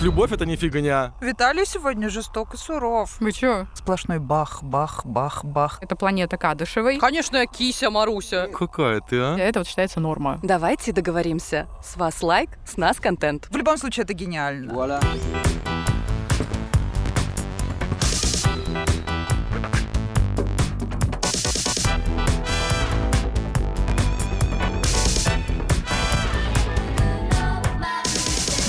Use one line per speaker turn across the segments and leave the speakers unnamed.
любовь это не а. фигня.
Виталий сегодня жесток и суров.
Вы чё?
Сплошной бах, бах, бах, бах.
Это планета Кадышевой.
Конечно, я кися, Маруся.
Какая ты, а?
Это вот считается норма.
Давайте договоримся. С вас лайк, с нас контент.
В любом случае, это гениально.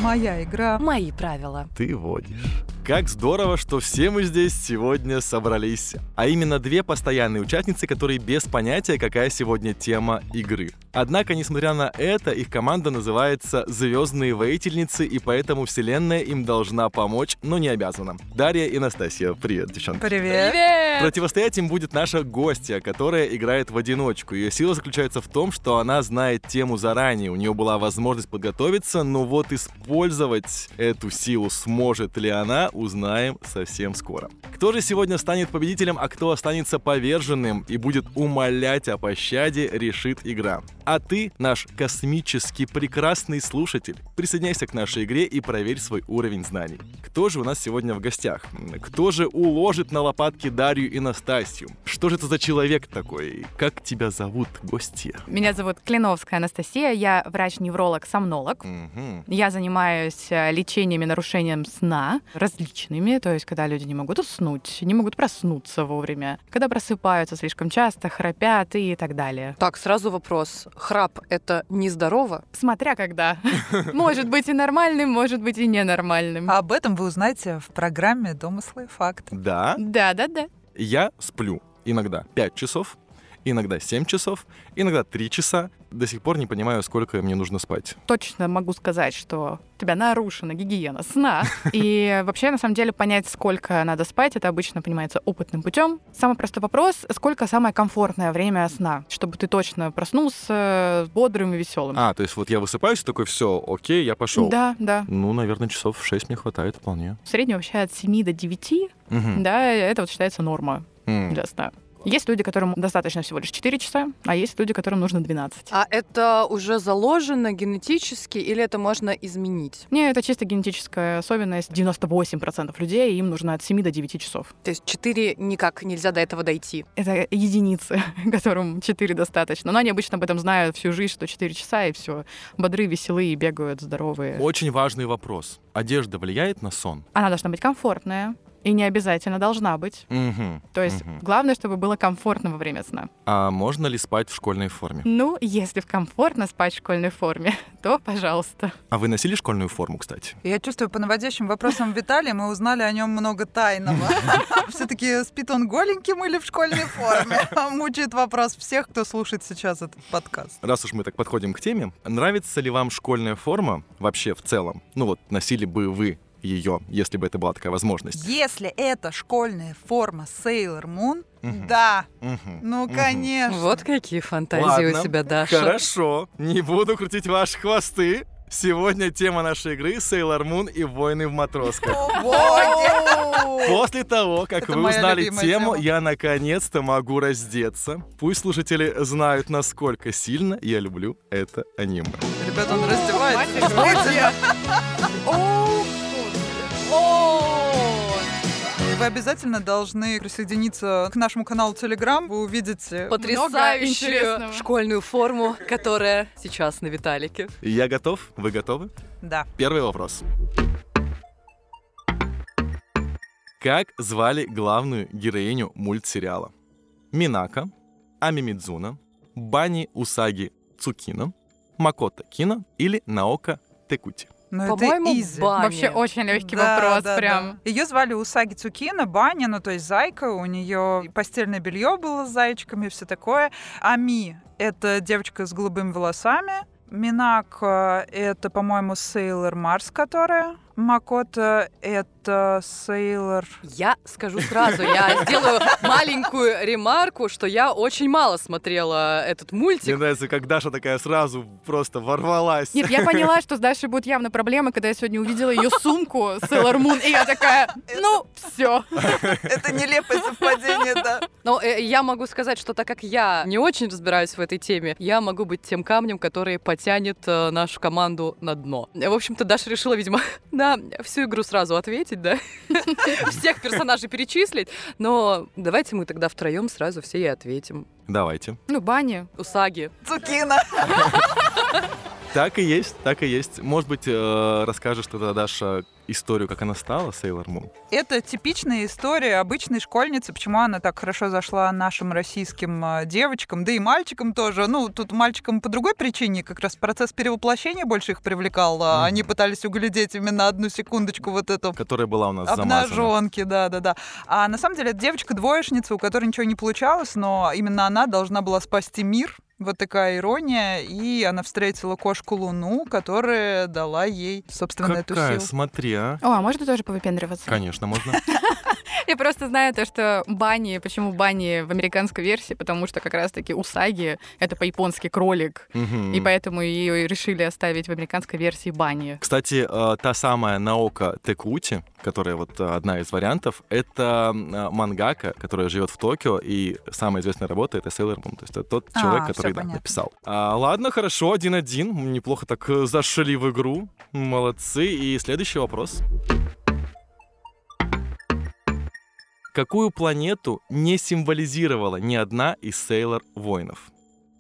Моя игра.
Мои правила.
Ты водишь. Как здорово, что все мы здесь сегодня собрались. А именно две постоянные участницы, которые без понятия, какая сегодня тема игры. Однако, несмотря на это, их команда называется «Звездные воительницы», и поэтому вселенная им должна помочь, но не обязана. Дарья и Настасья, привет, девчонки.
Привет.
Привет!
Противостоять им будет наша гостья, которая играет в одиночку. Ее сила заключается в том, что она знает тему заранее. У нее была возможность подготовиться, но вот использовать эту силу сможет ли она, узнаем совсем скоро. Кто же сегодня станет победителем, а кто останется поверженным и будет умолять о пощаде, решит игра. А ты, наш космически прекрасный слушатель, присоединяйся к нашей игре и проверь свой уровень знаний. Кто же у нас сегодня в гостях? М, Кто же уложит на лопатки Дарью и Настасью? Что же это за человек такой? Как тебя зовут, гостья?
Меня зовут Клиновская Анастасия, я врач-невролог-сомнолог.
Мгм.
Я занимаюсь э, лечением и нарушением сна различными, то есть когда люди не могут уснуть, не могут проснуться вовремя, когда просыпаются слишком часто, храпят и так далее.
Так, сразу вопрос. Храп — это нездорово?
Смотря когда. Может быть и нормальным, может быть и ненормальным.
А об этом вы узнаете в программе «Домыслы и факты».
Да,
Да-да-да.
я сплю иногда 5 часов, иногда 7 часов, иногда 3 часа. До сих пор не понимаю, сколько мне нужно спать.
точно могу сказать, что у тебя нарушена гигиена сна. И вообще, на самом деле, понять, сколько надо спать, это обычно понимается опытным путем. Самый простой вопрос — сколько самое комфортное время сна, чтобы ты точно проснулся бодрым и веселым.
А, то есть вот я высыпаюсь и такой, все, окей, я пошел.
Да, да.
Ну, наверное, часов 6 мне хватает вполне.
В среднем вообще от 7 до 9,
Мгм.
да, это вот считается норма
М.
для сна. Есть люди, которым достаточно всего лишь 4 часа, а есть люди, которым нужно 12.
А это уже заложено генетически или это можно изменить?
Мне это чисто генетическая особенность. 98% людей им нужно от 7 до 9 часов.
То есть 4 никак нельзя до этого дойти.
это единицы, которым 4 достаточно. Но они обычно об этом знают всю жизнь, что 4 часа и все. Бодры, веселые, бегают, здоровые.
Очень важный вопрос. Одежда влияет на сон?
Она должна быть комфортная. И не обязательно должна быть.
Мгм.
То есть
Мгм.
главное, чтобы было комфортно во время сна.
А можно ли спать в школьной форме?
Ну, если в комфортно спать в школьной форме, то пожалуйста.
А вы носили школьную форму, кстати?
Я чувствую, по наводящим вопросам Виталия мы узнали о нем много тайного. Все-таки спит он голеньким или в школьной форме? А Мучает вопрос всех, кто слушает сейчас этот подкаст.
Раз уж мы так подходим к теме, нравится ли вам школьная форма вообще в целом? Ну вот, носили бы вы ее, если бы это была такая возможность.
Если это школьная форма Sailor Moon,
Мгм.
да,
Мгм.
ну
Мгм.
конечно.
Вот какие фантазии
Ладно.
у тебя, Даша.
Хорошо, не буду крутить ваши хвосты. Сегодня тема нашей игры Sailor Moon и войны в матросках.
О, боги!
После того, как
Это
вы
моя
узнали
любимая
тему,
тема.
я наконец-то могу раздеться. Пусть слушатели знают, насколько сильно я люблю это аниме.
Ребята, он раздевается. Действительно. Вы обязательно должны присоединиться к нашему каналу Телеграм. Вы увидите
Потрясающую
интересного.
школьную форму, которая сейчас на Виталике.
Я готов? Вы готовы?
Да.
Первый вопрос. Как звали главную героиню мультсериала? Минака, Ами Мидзуна, Бани Усаги Цукина, Макота Кина или Наока Текути?
Но
По-моему,
Ну, это изи.
Баня.
Вообще очень легкий
А, Да,
вопрос,
да,
прям.
да. Ее звали Усаги Цукина, Баня, ну то есть зайка, у нее постельное белье было с зайчиками, все такое. Ами — это девочка с голубыми волосами. э, Минак — это, по-моему, Сейлор Марс, которая. Макота — это это Сейлор.
Я скажу сразу, я сделаю маленькую ремарку, что я очень мало смотрела этот
Мне
мультик.
нравится, как Даша такая сразу просто ворвалась.
Нет, я поняла, что с Дашей будут явно проблемы, когда я сегодня увидела ее сумку Sailor Moon, и я такая, ну, все.
Это нелепое совпадение, да.
Но э, я могу сказать, что так как я не очень разбираюсь в этой теме, я могу быть тем камнем, который потянет э, нашу команду на дно. Э, В общем-то, Даша решила, видимо, на всю игру сразу ответить, да? Всех персонажей перечислить. Но давайте мы тогда втроем сразу все и ответим.
Давайте.
Ну, Бани.
Усаги.
Цукина.
Так и есть, так и есть. Может быть, э, расскажешь тогда, Даша, историю, как она стала Сейлор Мун?
Это типичная история обычной школьницы, почему она так хорошо зашла нашим российским э, девочкам, да и мальчикам тоже. Ну, тут мальчикам по другой причине, как раз процесс перевоплощения больше их привлекал. а
Мгм.
Они пытались углядеть именно одну секундочку вот эту
Которая была у нас замазана.
обнаженки, да, да, да. А на самом деле это девочка-двоечница, у которой ничего не получалось, но именно она должна была спасти мир. Вот такая ирония. И она встретила кошку Луну, которая дала ей, собственно,
Какая,
эту силу.
смотри, а.
О, а можно тоже повыпендриваться?
Конечно, можно.
Я просто знаю то, что бани, почему бани в американской версии, потому что как раз-таки усаги — это по-японски кролик,
Мгм.
и поэтому ее решили оставить в американской версии бани.
Кстати, э, та самая Наока Текути, которая вот э, одна из вариантов, это э, мангака, которая живет в Токио, и самая известная работа — это Sailor Moon. То есть это тот
А,
человек,
всё
который да,
понятно.
написал. А, ладно, хорошо, один-один. Неплохо так э, зашли в игру. Молодцы. И следующий вопрос. Какую планету не символизировала ни одна из Сейлор Воинов?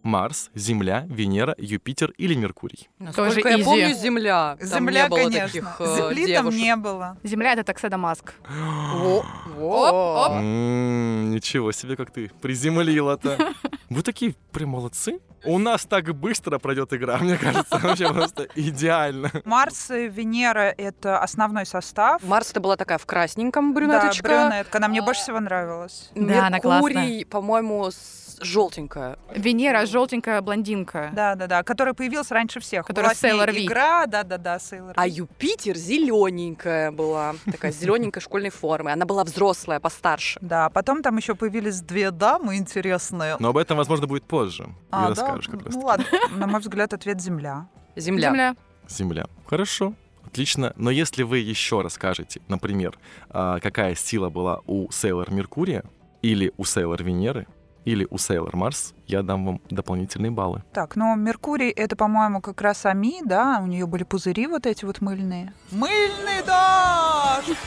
Марс, Земля, Венера, Юпитер или Меркурий?
Тоже
Только я
изи.
помню Земля. Там
Земля,
не было
конечно.
таких, э,
Земли там
девушек.
не было.
Земля — это таксада Маск.
Во- во.
Оп,
М, Ничего себе, как ты приземлила-то. Вы такие прям молодцы. У нас так быстро пройдет игра, мне кажется, вообще просто идеально.
Марс и Венера — это основной состав.
Марс это была такая в красненьком брюнеточка.
Да, брюнетка. Она мне
А.
больше всего нравилась.
Да, она
Меркурий, по-моему, с- желтенькая.
Венера — желтенькая блондинка.
Да, да, да. Которая появилась раньше всех.
Которая
Была с ней
Sailor V.
игра, да, да, да, Sailor
А
V.
Юпитер зелененькая была, такая зелененькая школьной формы. Она была взрослая, постарше.
Да, потом там еще появились две дамы интересные.
Но об этом, возможно, будет позже. И
А,
Ну,
да?
расскажешь как раз.
Ну ладно, на мой взгляд, ответ Земля.
Земля.
Ну.
Земля. Хорошо. Отлично. Но если вы еще расскажете, например, а, какая сила была у Сейлор Меркурия, или у Сейлор Венеры, или у Сейлор Марс, я дам вам дополнительные баллы.
Так, но Меркурий это, по-моему, как раз Ами, да? У нее были пузыри вот эти вот мыльные. Мыльный дождь!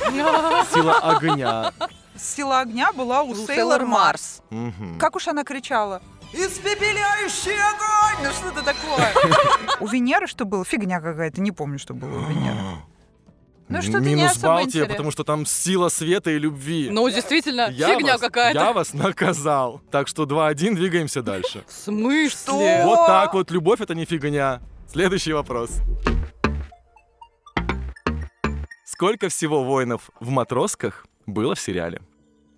Сила огня.
Сила огня была у
У
Сейлор
Sailor
Марс.
Мгм.
Как уж она кричала? Испепеляющий огонь! Ну что это такое? У Венеры что было? Фигня какая-то, не помню, что было у Венеры. Ну, что-то не
Минус
особо
Балтия,
интересно.
потому что там сила света и любви.
Ну, действительно, фигня
вас,
какая-то.
Я вас наказал. Так что 2-1, двигаемся дальше.
В смысле?
Что?
Вот так вот, любовь это не фигня. Следующий вопрос. Сколько всего воинов в матросках было в сериале?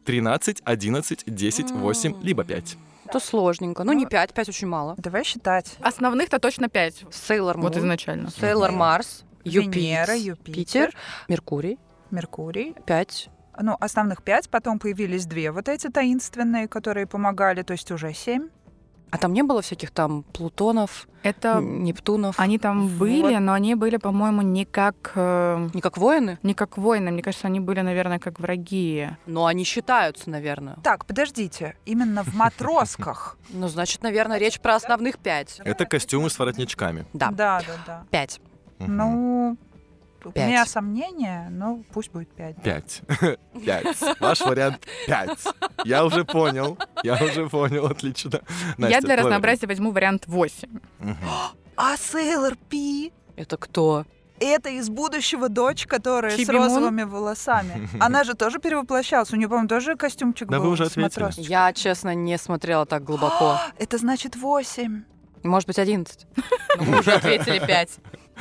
13, 11, 10, 8, либо 5.
Это сложненько. Ну, не пять, пять очень мало.
Давай считать.
Основных-то точно пять.
Сейлор
Ну.
Вот
Мун,
изначально.
Сейлор Марс,
Венера,
Юпитер,
Юпитер,
Меркурий,
Меркурий.
пять.
Ну, основных пять, потом появились две вот эти таинственные, которые помогали, то есть уже семь.
А там не было всяких там Плутонов,
Это
Нептунов?
они там
Вот.
были, но они были, по-моему, не как... э,
Не как воины?
не как воины. Мне кажется, они были, наверное, как враги.
Но они считаются, наверное.
Так, подождите, именно в матросках.
Ну, значит, наверное, речь про основных пять.
Это костюмы с воротничками.
Да.
Да, да, да.
Пять.
Мгм.
Ну, у
Пять.
меня сомнения, но пусть будет пять.
Пять. Пять. Ваш вариант пять. Я уже понял. Я уже понял, отлично.
я
Настя,
для
твой
разнообразия возьму вариант 8.
вариант. Мгм.
А Сейлор Пи?
Это кто?
Это из будущего дочь, которая с
Чибимон?
розовыми волосами. Она же тоже перевоплощалась. У нее, по-моему, тоже костюмчик
Да
был.
вы уже
с
ответили.
матросочкой.
Я, честно, не смотрела так глубоко.
Это значит восемь.
Может быть, 11. Ну, мы уже ответили 5.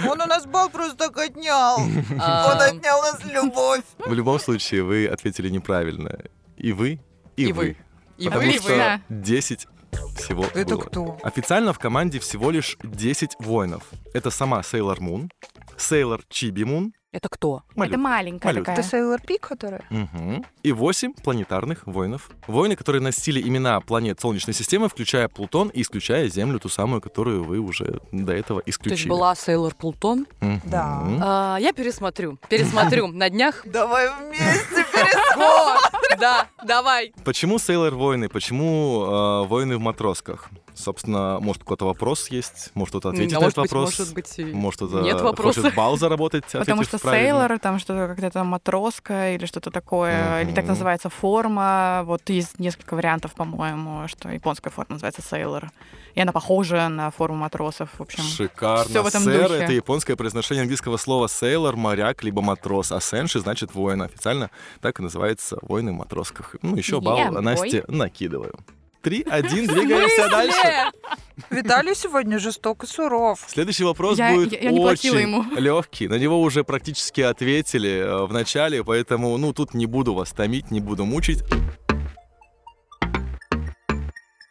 Он у нас бал просто отнял.
А,
А.
Он отнял у нас любовь.
В любом случае, вы ответили неправильно. И вы, и,
И вы. И
Потому
вы, и
что
вы.
Да.
10 всего
Это
было.
кто?
Официально в команде всего лишь 10 воинов. Это сама Сейлор Мун, Сейлор Чиби Мун,
Это кто?
Малютка.
Это маленькая
Малютка.
такая.
Это Сейлор Пик, которая?
Мгм. И восемь планетарных воинов. Воины, которые носили имена планет Солнечной системы, включая Плутон и исключая Землю, ту самую, которую вы уже до этого
То
исключили.
есть была Сейлор Плутон.
Мгм.
Да.
А, я пересмотрю. Пересмотрю на днях.
Давай вместе перес-
Вот, да, давай.
Почему Сейлор Войны? Почему э, Войны в матросках? Собственно, может, у кого-то вопрос есть? Может, кто-то ответит
А
на
может
этот
быть,
вопрос?
может быть, и
Может, кто-то
нет вопроса.
хочет балл заработать,
Потому
ответив
что
правильно.
сейлор, там что-то как-то там матроска или что-то такое, или так
Мгм.
называется форма. Вот есть несколько вариантов, по-моему, что японская форма называется сейлор. И она похожа на форму матросов, в общем.
Шикарно.
Всё в этом
Сэр
духе.
это японское произношение английского слова сейлор, моряк, либо матрос. А сенши значит воин. Официально так и называется воины в матросках. Ну, еще балл
Yeah, boy.
Насте накидываю. 3-1, двигаемся дальше.
Виталий сегодня жесток и суров.
Следующий вопрос
Я-
будет
я- я не платила ему.
очень легкий. На него уже практически ответили э, в начале, поэтому, ну, тут не буду вас томить, не буду мучить.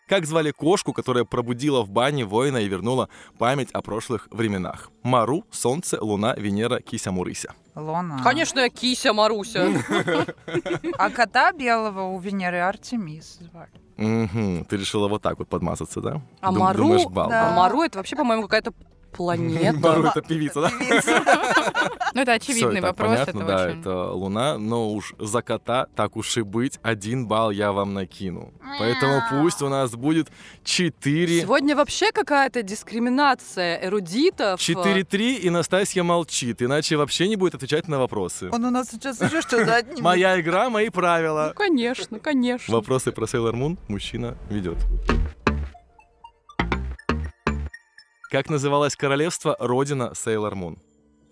Как звали кошку, которая пробудила в бане воина и вернула память о прошлых временах? Мару, Солнце, Луна, Венера, Кися, Мурыся.
Лона.
Конечно, я кися, Маруся.
А кота белого у Венеры Артемис звали.
Мгм, Ты решила вот так вот подмазаться, да?
А
Дум-
Мару-
Думаешь, бал.
Да.
А Мару это вообще, по-моему, какая-то
Мару
планета.
это певица, да?
Ну, это
Всё,
очевидный
это
вопрос.
Понятно, да,
очень-
это Луна, но уж за кота так уж и быть, один балл я вам накину. Поэтому
Мяу.
пусть у нас будет 4...
Сегодня вообще какая-то дискриминация эрудитов.
4-3, и Настасья молчит, иначе вообще не будет отвечать на вопросы.
Он у нас сейчас еще что-то одним.
Моя игра, мои
Ну,
правила.
конечно, конечно.
Вопросы про Sailor Moon мужчина ведет. Как называлось королевство родина Sailor Moon?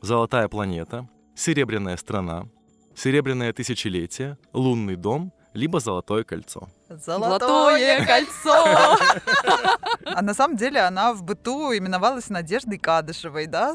Золотая планета, Серебряная страна, Серебряное тысячелетие, Лунный дом, либо Золотое кольцо.
Золотое кольцо.
А на самом деле она в быту именовалась Надеждой Кадышевой, да?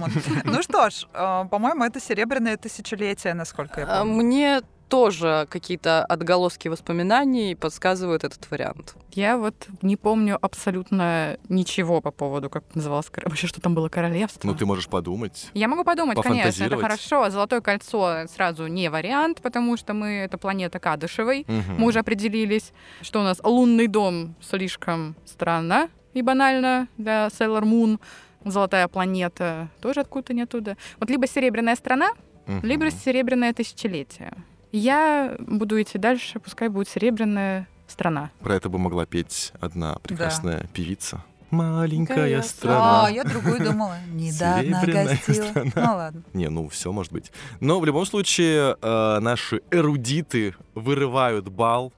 Moon? Ну что ж, э, по-моему, это серебряное тысячелетие, насколько я
А,
помню.
Мне тоже какие-то отголоски воспоминаний подсказывают этот вариант.
Я вот не помню абсолютно ничего по поводу, как называлось, кор- вообще, что там было королевство.
Ну, ты можешь подумать.
Я могу подумать, конечно, это
Пофантазировать.
хорошо. Золотое кольцо сразу не вариант, потому что мы это планета Кадышевой. Мы уже определились, что у нас лунный дом слишком странно и банально для Sailor Moon. Золотая планета тоже откуда-то не оттуда. Вот либо серебряная страна,
Мгм.
либо серебряное тысячелетие. Я буду идти дальше, пускай будет серебряная страна.
Про это бы могла петь одна прекрасная певица. Маленькая страна.
А, я другую думала. Недавно
Серебряная
гостила. Ну ладно.
Не, ну все может быть. Но в любом случае э, наши эрудиты вырывают бал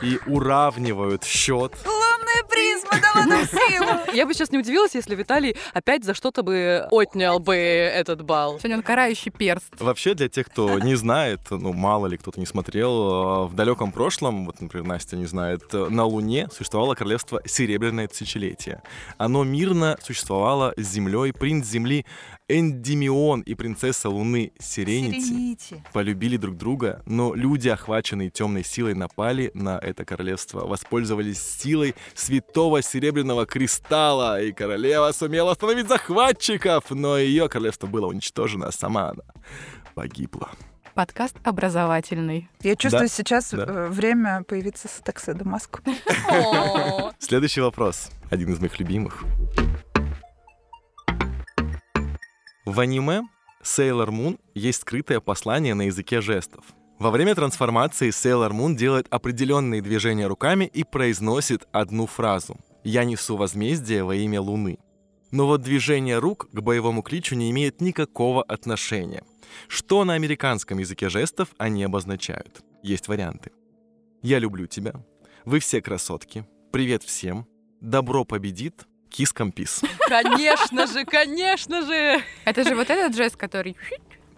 и уравнивают счет.
Лунная призма дала нам силу.
Я бы сейчас не удивилась, если Виталий опять за что-то бы отнял бы этот балл.
Сегодня он карающий перст.
Вообще, для тех, кто не знает, ну, мало ли кто-то не смотрел, э, в далеком прошлом, вот, например, Настя не знает, э, на Луне существовало королевство Серебряное Тысячелетие. Оно мирно существовало с Землей. Принц Земли Эндимион и принцесса Луны Сиренити
Сирените.
полюбили друг друга, но люди, охваченные темной силой, напали на это королевство, воспользовались силой святого серебряного кристалла, и королева сумела остановить захватчиков, но ее королевство было уничтожено, а сама она погибла.
Подкаст образовательный.
Я чувствую, сейчас
да.
э, время появиться с такси до Москвы.
О,
Следующий вопрос, один из моих любимых. В аниме Sailor Moon есть скрытое послание на языке жестов. Во время трансформации Sailor Moon делает определенные движения руками и произносит одну фразу «Я несу возмездие во имя Луны». Но вот движение рук к боевому кличу не имеет никакого отношения. Что на американском языке жестов они обозначают? Есть варианты. «Я люблю тебя», «Вы все красотки», «Привет всем», «Добро победит», «Кис компис».
Конечно же, конечно же.
Это же вот этот жест, который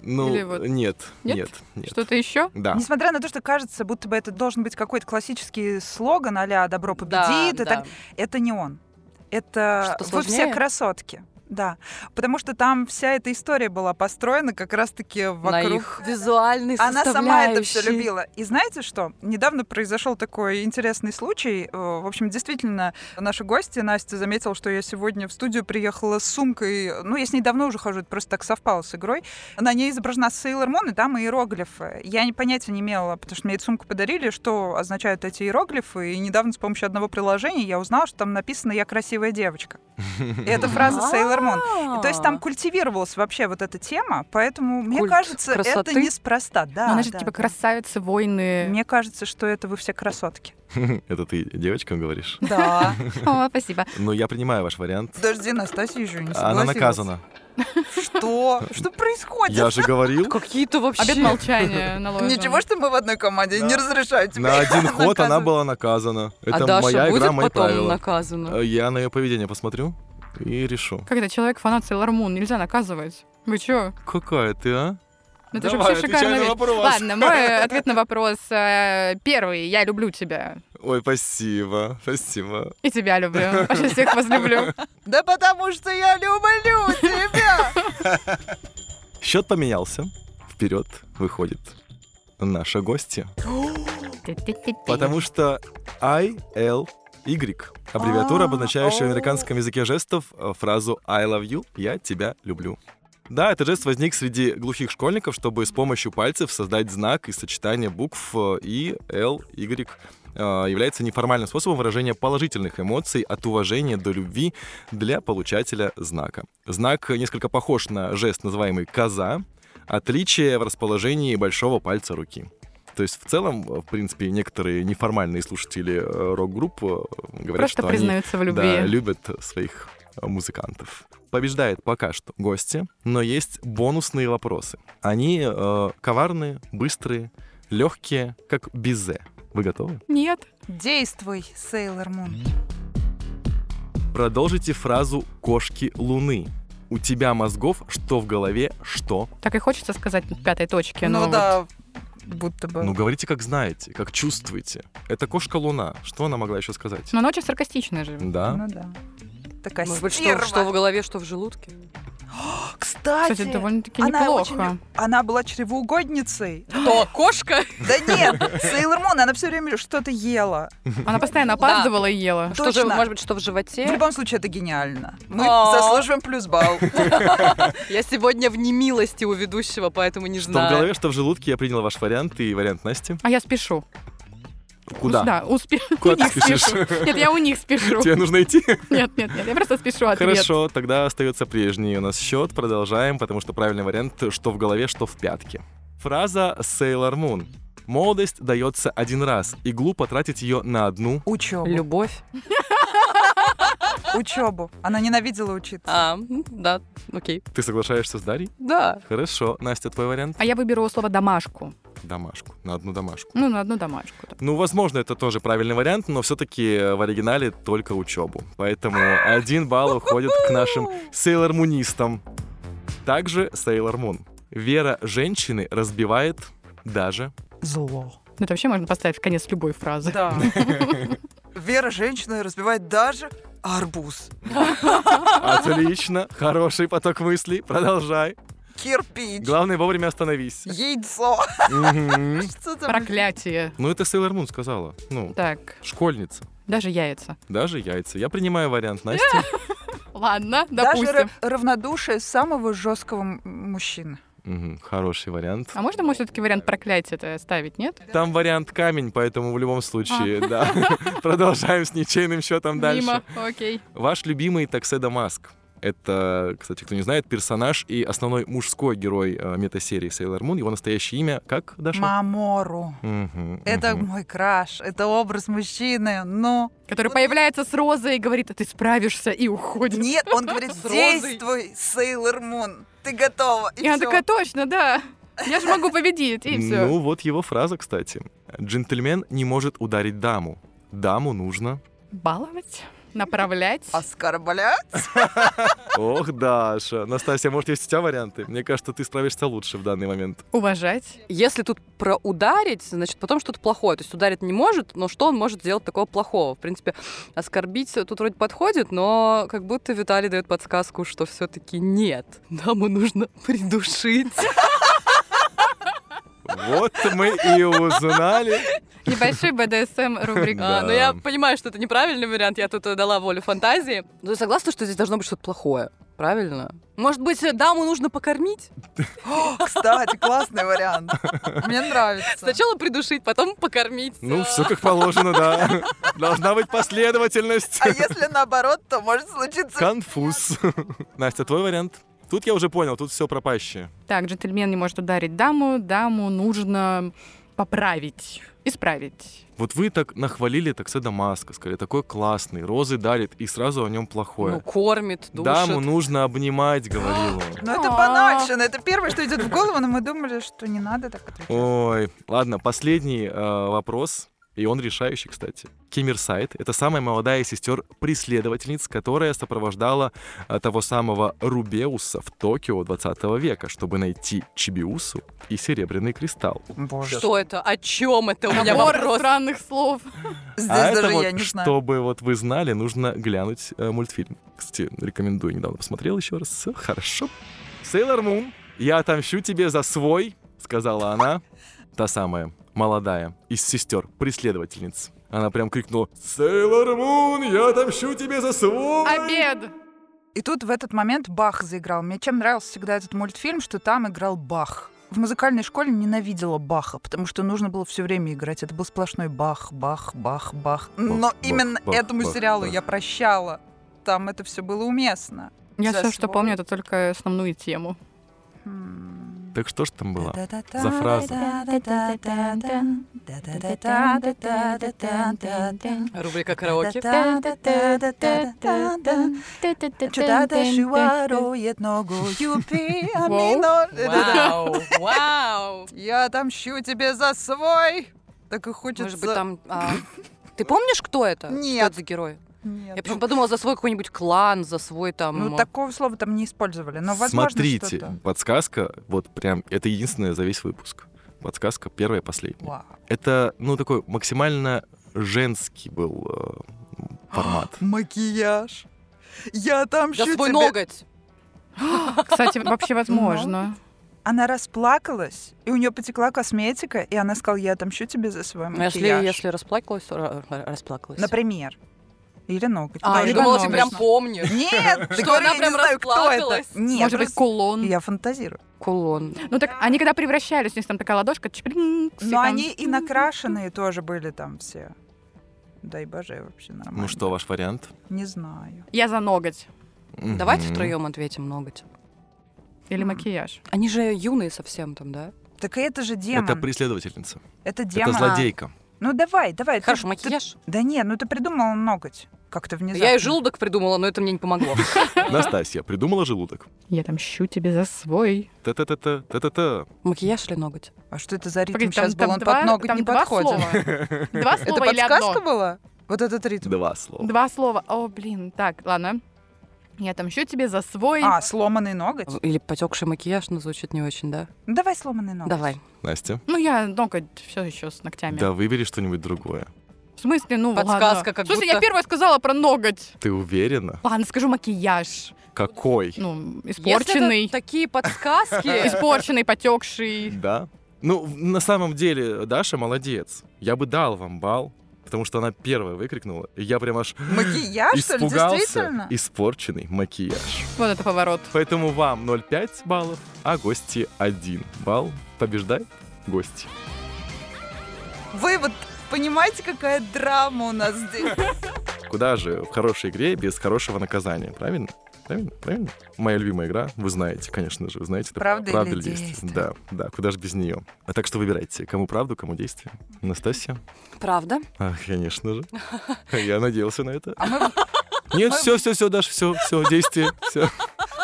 Ну,
Или вот-
нет,
Нет?
нет, нет.
что-то еще.
Да.
Несмотря на то, что кажется, будто бы это должен быть какой-то классический слоган а «Добро победит»,
Да,
и
да.
так, это не он. Это
Что
«Вы все
сложнее?
красотки». Да, потому что там вся эта история была построена как раз-таки вокруг...
на их
Визуальный
Она сама это все
составляющий.
любила. И знаете что? Недавно произошел такой интересный случай. Э, В общем, действительно, наши гости, Настя заметила, что я сегодня в студию приехала с сумкой. Ну, я с ней давно уже хожу, это просто так совпало с игрой. На ней изображена Sailor Moon, и там иероглифы. Я не понятия не имела, потому что мне эту сумку подарили, что означают эти иероглифы. И недавно с помощью одного приложения я узнала, что там написано «Я красивая девочка». И это фраза Sailor Moon. И То есть там культивировалась вообще вот эта тема, поэтому мне
А. Культ
кажется,
красоты.
это неспроста. Да,
Ну, значит,
да,
типа
да.
красавицы, войны.
Мне кажется, что это вы все красотки.
Это ты девочкам говоришь?
Да.
О, спасибо.
Ну, я принимаю ваш вариант.
Подожди, Настасья еще не
Она
Ну, согласилась.
наказана.
Что? Что происходит?
Я же говорил.
А. Какие-то вообще...
Обед молчания наложен.
Ничего, что мы в одной команде.
Да.
Не разрешаю тебе.
На один ход она
наказывать.
была наказана. Это
а Даша
моя
будет
игра, мои
потом
правила.
наказана?
Э, Я на ее поведение посмотрю и решу.
Когда человек фанат Сейлор Мун, нельзя наказывать. Вы чё?
Какая ты, а?
Ну, это же
Давай,
вообще
отвечай
шикарная
на
вещь.
вопрос.
Ладно, мой ответ на вопрос э, первый. Я люблю тебя.
Ой, спасибо, спасибо.
И тебя люблю. Вообще всех вас люблю.
Да потому что я люблю тебя.
Счет поменялся. Вперед выходит наша гостья. Потому что IL Аббревиатура,
А,
обозначающая в
о.
американском языке жестов э, фразу «I love you» — «Я тебя люблю». Да, этот жест возник среди глухих школьников, чтобы с помощью пальцев создать знак и сочетание букв э, «и», «л», «y», э, является неформальным способом выражения положительных эмоций от уважения до любви для получателя знака. Знак несколько похож на жест, называемый «коза», отличие в расположении большого пальца руки. То есть в целом, в принципе, некоторые неформальные слушатели э, рок-групп э, говорят,
Просто
что они
признаются в
да,
любви.
любят своих э, музыкантов. Побеждает пока что гости, но есть бонусные вопросы. Они э, коварные, быстрые, легкие, как безе. Вы готовы?
Нет.
Действуй, Сейлор Мун.
Продолжите фразу «кошки луны». У тебя мозгов, что в голове, что.
Так и хочется сказать в пятой точке. но
Ну
вот
да, будто
Э.
бы.
Ну, говорите, как знаете, как чувствуете. Это кошка луна. Что она могла еще сказать?
Но она очень саркастичная же.
Да.
Ну да. Такая
Может быть, что,
стерва.
что в голове, что в желудке?
Кстати,
Кстати, довольно-таки
она
неплохо.
очень- она была чревоугодницей.
Кто? Кошка?
Да нет, Сейлор Мун, она все время что-то ела.
Она постоянно
Да.
опаздывала и ела.
А Что же,
Точно.
может быть, что в
В
животе?
любом случае, это гениально. Мы
Э? А.
заслуживаем плюс балл.
Я сегодня в немилости у ведущего, поэтому не
Что в
знаю.
голове, что в желудке. Я принял ваш вариант и вариант Насти.
А я спешу.
Куда?
Ну, Да, успе...
Куда
у них
ты спешишь?
спешу. Нет, я у них спешу.
Тебе нужно идти?
Нет, нет, нет, я просто спешу ответ.
Хорошо, тогда остается прежний у нас счет. Продолжаем, потому что правильный вариант что в голове, что в пятке. Фраза Sailor Moon. Молодость дается один раз, и глупо тратить ее на одну.
Учебу.
Любовь.
Учебу. Она ненавидела учиться.
А, м, да, окей.
Ты соглашаешься с Дарьей?
Да.
Хорошо. Настя, твой вариант?
А я выберу слово «домашку».
Домашку. На одну домашку.
Ну, на одну домашку.
Ну, возможно, это тоже правильный вариант, но все-таки в оригинале только учебу. Поэтому один балл уходит к нашим сейлормунистам. Также Sailor Moon. Вера женщины разбивает даже...
Зло.
Ну, это вообще можно поставить в конец любой фразы.
Да. Вера женщина разбивает даже арбуз.
Отлично, хороший поток мыслей, продолжай.
Кирпич.
Главное, вовремя остановись.
Яйцо.
Мгм.
Что там?
Проклятие.
Ну, это Сейлор Мун сказала. Ну,
Так,
школьница.
даже яйца.
Даже яйца. Я принимаю вариант Насти.
Ладно,
Даже
допустим.
ра- равнодушие самого жесткого м- мужчины.
Мгм, Хороший вариант.
А можно мы все-таки вариант проклятия-то ставить, нет?
Там вариант камень, поэтому в любом случае, да. Продолжаем с ничейным счетом дальше.
А. Мимо, окей.
Ваш любимый Такседа Маск. Это, кстати, кто не знает, персонаж и основной мужской герой э, метасерии Sailor Moon. Его настоящее имя как, Даша?
Мамору.
Мгм,
Это
мгм.
мой краш. Это образ мужчины. Ну,
Который появляется с розой и говорит, а ты справишься, и уходит.
нет, он говорит,
С розой.
действуй, Сейлор Мун. Ты готова. И
И она
всё.
такая, точно, да. Я же могу победить, и все.
Ну, вот его фраза, кстати. Джентльмен не может ударить даму. Даму нужно.
Баловать? направлять.
Оскорблять?
Ох, Даша. Настасья, может, есть у тебя варианты? Мне кажется, ты справишься лучше в данный момент.
Уважать.
Если тут про ударить, значит, потом что-то плохое. То есть ударить не может, но что он может сделать такого плохого? В принципе, оскорбить тут вроде подходит, но как будто Виталий дает подсказку, что все-таки нет. Даму нужно придушить.
Вот мы и узнали.
Небольшой БДСМ рубрика.
Да.
А, но я понимаю, что это неправильный вариант, я тут э, дала волю фантазии. Но я Ну, согласна, что здесь должно быть что-то плохое, правильно? Может быть, э, даму нужно покормить?
Кстати, классный вариант. Мне нравится.
Сначала придушить, потом покормить.
Ну,
А,
все как положено, да. Должна быть последовательность.
А если наоборот, то может случиться...
Конфуз. Настя, твой вариант? Тут я уже понял, тут все пропащее.
Так, джентльмен не может ударить даму, даму нужно поправить, исправить.
Вот вы так нахвалили такседа Маска, сказали, такой классный, розы дарит, и сразу о нем
Ну,
плохое.
кормит, душит.
Даму нужно обнимать, говорил он.
Ну это
А.
банальщина, это первое, что идет в голову, но мы думали, что не надо так отвечать.
Ой, ладно, последний э, вопрос. И он решающий, кстати. Кимирсайт — это самая молодая из сестер-преследовательниц, которая сопровождала э, того самого Рубеуса в Токио 20 века, чтобы найти Чибиусу и Серебряный Кристалл.
Боже.
Что это? О чем это? У меня
Набор
вопрос.
странных слов.
Здесь
а это
даже
вот,
я не знаю.
чтобы вот вы знали, нужно глянуть э, мультфильм. Кстати, рекомендую, недавно посмотрел еще раз. Э, Хорошо. Сейлор Мун, я отомщу тебе за свой, сказала она. Та самая, молодая, из сестер, преследовательниц. Она прям крикнула «Сейлор Мун, я отомщу тебе за свой!»
Обед.
И тут в этот момент Бах заиграл. Мне чем нравился всегда этот мультфильм, что там играл Бах. В музыкальной школе ненавидела Баха, потому что нужно было все время играть. Это был сплошной Бах, Бах, Бах, Бах. Но
Бах,
именно
Бах,
этому
Бах,
сериалу
Бах.
я прощала. Там это все было уместно.
Я
За
все, что
свой.
помню, это только основную тему.
Хм. М.
Так что ж там было?
Да-да-да,
За фраза.
да-да-да-да-да, да-да-да-да-да-да-да-да.
Рубрика караоке. Вау, вау.
Я отомщу тебе за свой. Так и хочется...
Может быть, там... а, Ты помнишь, кто это?
Нет.
Что это за герой?
Нет.
Я почему подумала за свой какой-нибудь клан, за свой там...
Ну,
э,
такого слова там не использовали. Но, ну, возможно,
Смотрите,
что-то.
подсказка, вот прям, это единственная за весь выпуск. Подсказка первая, последняя.
Вау.
Это, ну, такой максимально женский был э, формат.
Макияж. Я отомщу
За свой
тебе.
ноготь.
Кстати, вообще возможно.
Она расплакалась, и у нее потекла косметика, и она сказала, я отомщу тебе за свой
Ну,
макияж.
Если, если расплакалась, то ра- ра- расплакалась.
Например. Или ноготь.
А,
Тоже
я думала,
либо
ты
ноготь.
ноготь.
прям помнишь.
Нет,
что она
я не
прям
знаю, кто это.
расплакалась?
Нет,
Может быть,
просто
кулон.
я фантазирую.
Кулон.
Ну так, они когда превращались, у них там такая ладошка, чпринг, все
Но
там.
Ну, они и накрашенные тоже были там все. Дай боже, вообще нормально.
Ну что, ваш вариант?
Не знаю.
Я за ноготь.
Давайте
Мгм.
втроем ответим ноготь.
Или макияж.
Они же юные совсем там, да?
Так и это же демон.
Это
Это,
преследовательница.
демон.
Это злодейка.
Ну давай, давай. ты-
Хорошо,
ты-
макияж.
Да не, ну ты придумала ноготь. Как-то внезапно.
Я и желудок придумала, но это мне не помогло.
Настасья придумала желудок.
Я там щу тебе за свой.
Та-та-та-та, та-та-та.
Макияж или ноготь?
А что это за ритм
Погоди,
сейчас был? Он
два-
под ноготь
там
не
два
подходит.
слова. Два
Это
слова или
подсказка
одно?
была? Вот этот ритм.
Два слова.
Два слова. О, блин. Так, ладно. Я там щу тебе за свой.
А, сломанный ноготь?
Или потекший макияж, но звучит не очень, да?
Ну, давай сломанный ноготь.
Давай.
Настя,
Ну, я ноготь все еще с ногтями.
да выбери что-нибудь другое.
В смысле, ну
Подсказка
ладно.
как
В смысле, я
будто.
первая сказала про ноготь.
Ты уверена?
Ладно, скажу макияж.
Какой?
Ну,
Если
испорченный.
это такие подсказки.
Испорченный, потекший.
Да. Ну, в- на самом деле, Даша молодец. Я бы дал вам бал, потому что она первая выкрикнула. И я прям аж
Макияж, А что ли,
испугался.
действительно?
Испорченный макияж.
Вот это поворот.
Поэтому вам 0,5 баллов, а гости 1 балл. Побеждай гости.
Вы вот понимаете, какая драма у нас здесь?
Куда же в хорошей игре без хорошего наказания, правильно? Правильно, правильно. Моя любимая игра, вы знаете, конечно же, вы знаете. это
Правда или действие?
Да, да, куда же без нее. А так что выбирайте, кому правду, кому действие. Настасья?
Правда?
А, конечно же. Я надеялся на это.
А мы,
Нет, все, все, все, Даш, все, все, действие, все.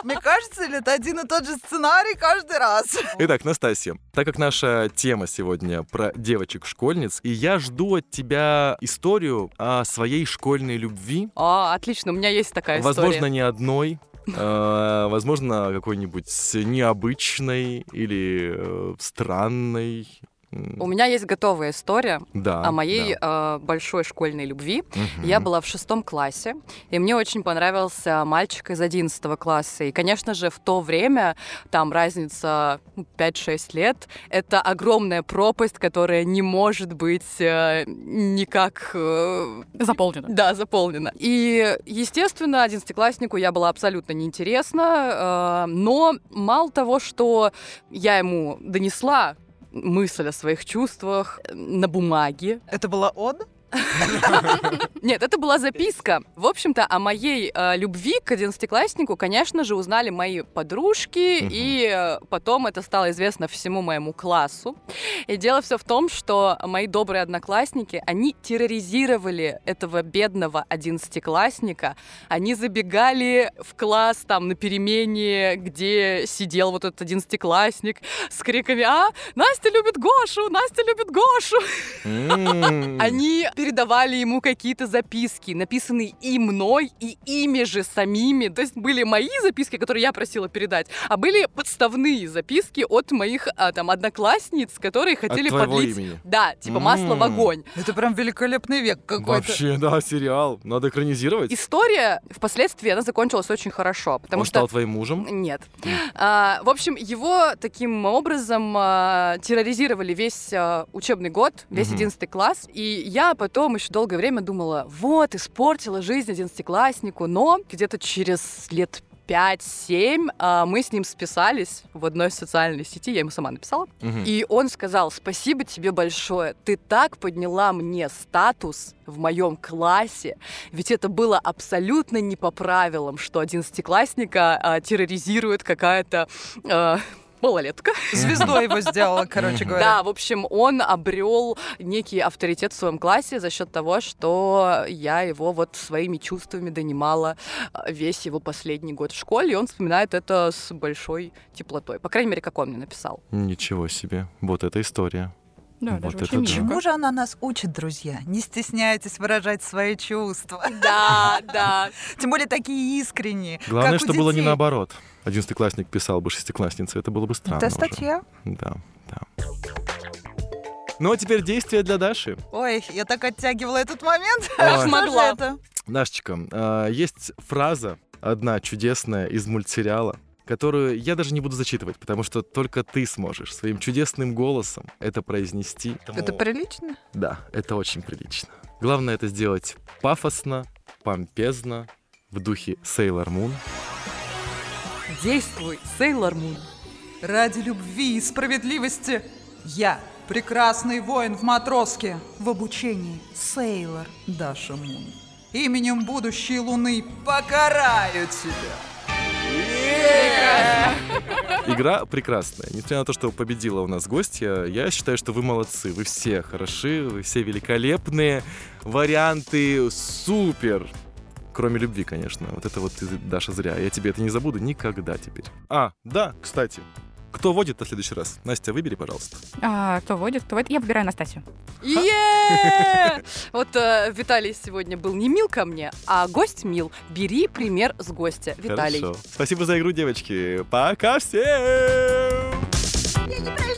Мне кажется, или это один и тот же сценарий каждый раз?
Итак, Настасья, так как наша тема сегодня про девочек-школьниц, и я жду от тебя историю о своей школьной любви.
А, отлично, у меня есть такая
возможно,
история.
не одной. э, Возможно, какой-нибудь необычной или э, странной. М,
У меня есть готовая история
Да.
о моей
да.
э, большой школьной любви.
Мгм.
Я была в шестом классе, и мне очень понравился мальчик из 11 класса. И, конечно же, в то время, там разница ну, 5-6 лет, это огромная пропасть, которая не может быть э, никак э,
Заполнено.
да, заполнена. И, естественно, одиннадцатикласснику я была абсолютно неинтересна, э, но мало того, что я ему донесла мысль о своих чувствах э, на бумаге.
Это была он?
Нет, это была записка. В общем-то, о моей э, любви к одиннадцатикласснику, конечно же, узнали мои подружки,
Мгм.
и э, потом это стало известно всему моему классу. И дело все в том, что мои добрые одноклассники, они терроризировали этого бедного одиннадцатиклассника. Они забегали в класс там на перемене, где сидел вот этот одиннадцатиклассник с криками «А, Настя любит Гошу! Настя любит Гошу!»
М.
Они передавали ему какие-то записки, написанные и мной, и ими же самими. То есть были мои записки, которые я просила передать, а были подставные записки от моих а, там одноклассниц, которые
От
хотели
твоего
подлить.
имени.
Да, типа масло
М.
в огонь.
Это прям великолепный век какой-то.
Вообще, да, сериал. Надо экранизировать.
История впоследствии она закончилась очень хорошо, потому
Он
что
стал твоим мужем.
Нет.
М.
А, в общем, его таким образом а, терроризировали весь а, учебный год, весь
Мгм.
11 класс. И я потом еще долгое время думала, вот, испортила жизнь 11-класснику. Но где-то через лет 5-7 а, мы с ним списались в одной социальной сети, я ему сама написала.
Мгм.
И он сказал, спасибо тебе большое, ты так подняла мне статус в моем классе, ведь это было абсолютно не по правилам, что одиннадцатиклассника а, терроризирует какая-то а, малолетка.
Звездой его сделала, короче
Мгм.
говоря.
Да, в общем, он обрел некий авторитет в своем классе за счет того, что я его вот своими чувствами донимала а, весь его последний год в школе, и он вспоминает это с большой теплотой. По крайней мере, как он мне написал.
Ничего себе. Вот эта история.
Да,
Вот
даже
это
очень
да.
мило.
Чему же она нас учит, друзья? Не стесняйтесь выражать свои чувства.
Да, да.
Тем более такие искренние.
Главное,
как у
что было не
детей.
наоборот. Одиннадцатиклассник писал бы шестикласснице, это было бы странно
Это
уже.
статья?
Да, да. Ну а теперь действия для Даши.
Ой, я так оттягивала этот момент.
Ой.
Что же
Могла.
это?
Дашечка, а, есть фраза, одна чудесная из мультсериала, которую я даже не буду зачитывать, потому что только ты сможешь своим чудесным голосом это произнести.
Это прилично?
Да, это очень прилично. Главное это сделать пафосно, помпезно, в духе Сейлор Мун.
Действуй, Сейлор Мун.
Ради любви и справедливости я, прекрасный воин в матроске, в обучении Сейлор Даша Мун. Именем будущей луны покараю тебя.
Игра прекрасная. Несмотря на то, что победила у нас гостья, я считаю, что вы молодцы. Вы все хороши, вы все великолепные. Варианты супер. Кроме любви, конечно. Вот это вот ты, Даша, зря. Я тебе это не забуду никогда теперь. А, да, кстати. Кто водит на следующий раз? Настя, выбери, пожалуйста.
А, кто водит, кто водит. Я выбираю Настасью.
Е! Вот э, Виталий сегодня был не мил ко мне, а гость мил. Бери пример с гостя, Виталий.
Хорошо. Спасибо за игру, девочки. Пока всем!
Я не прощаюсь.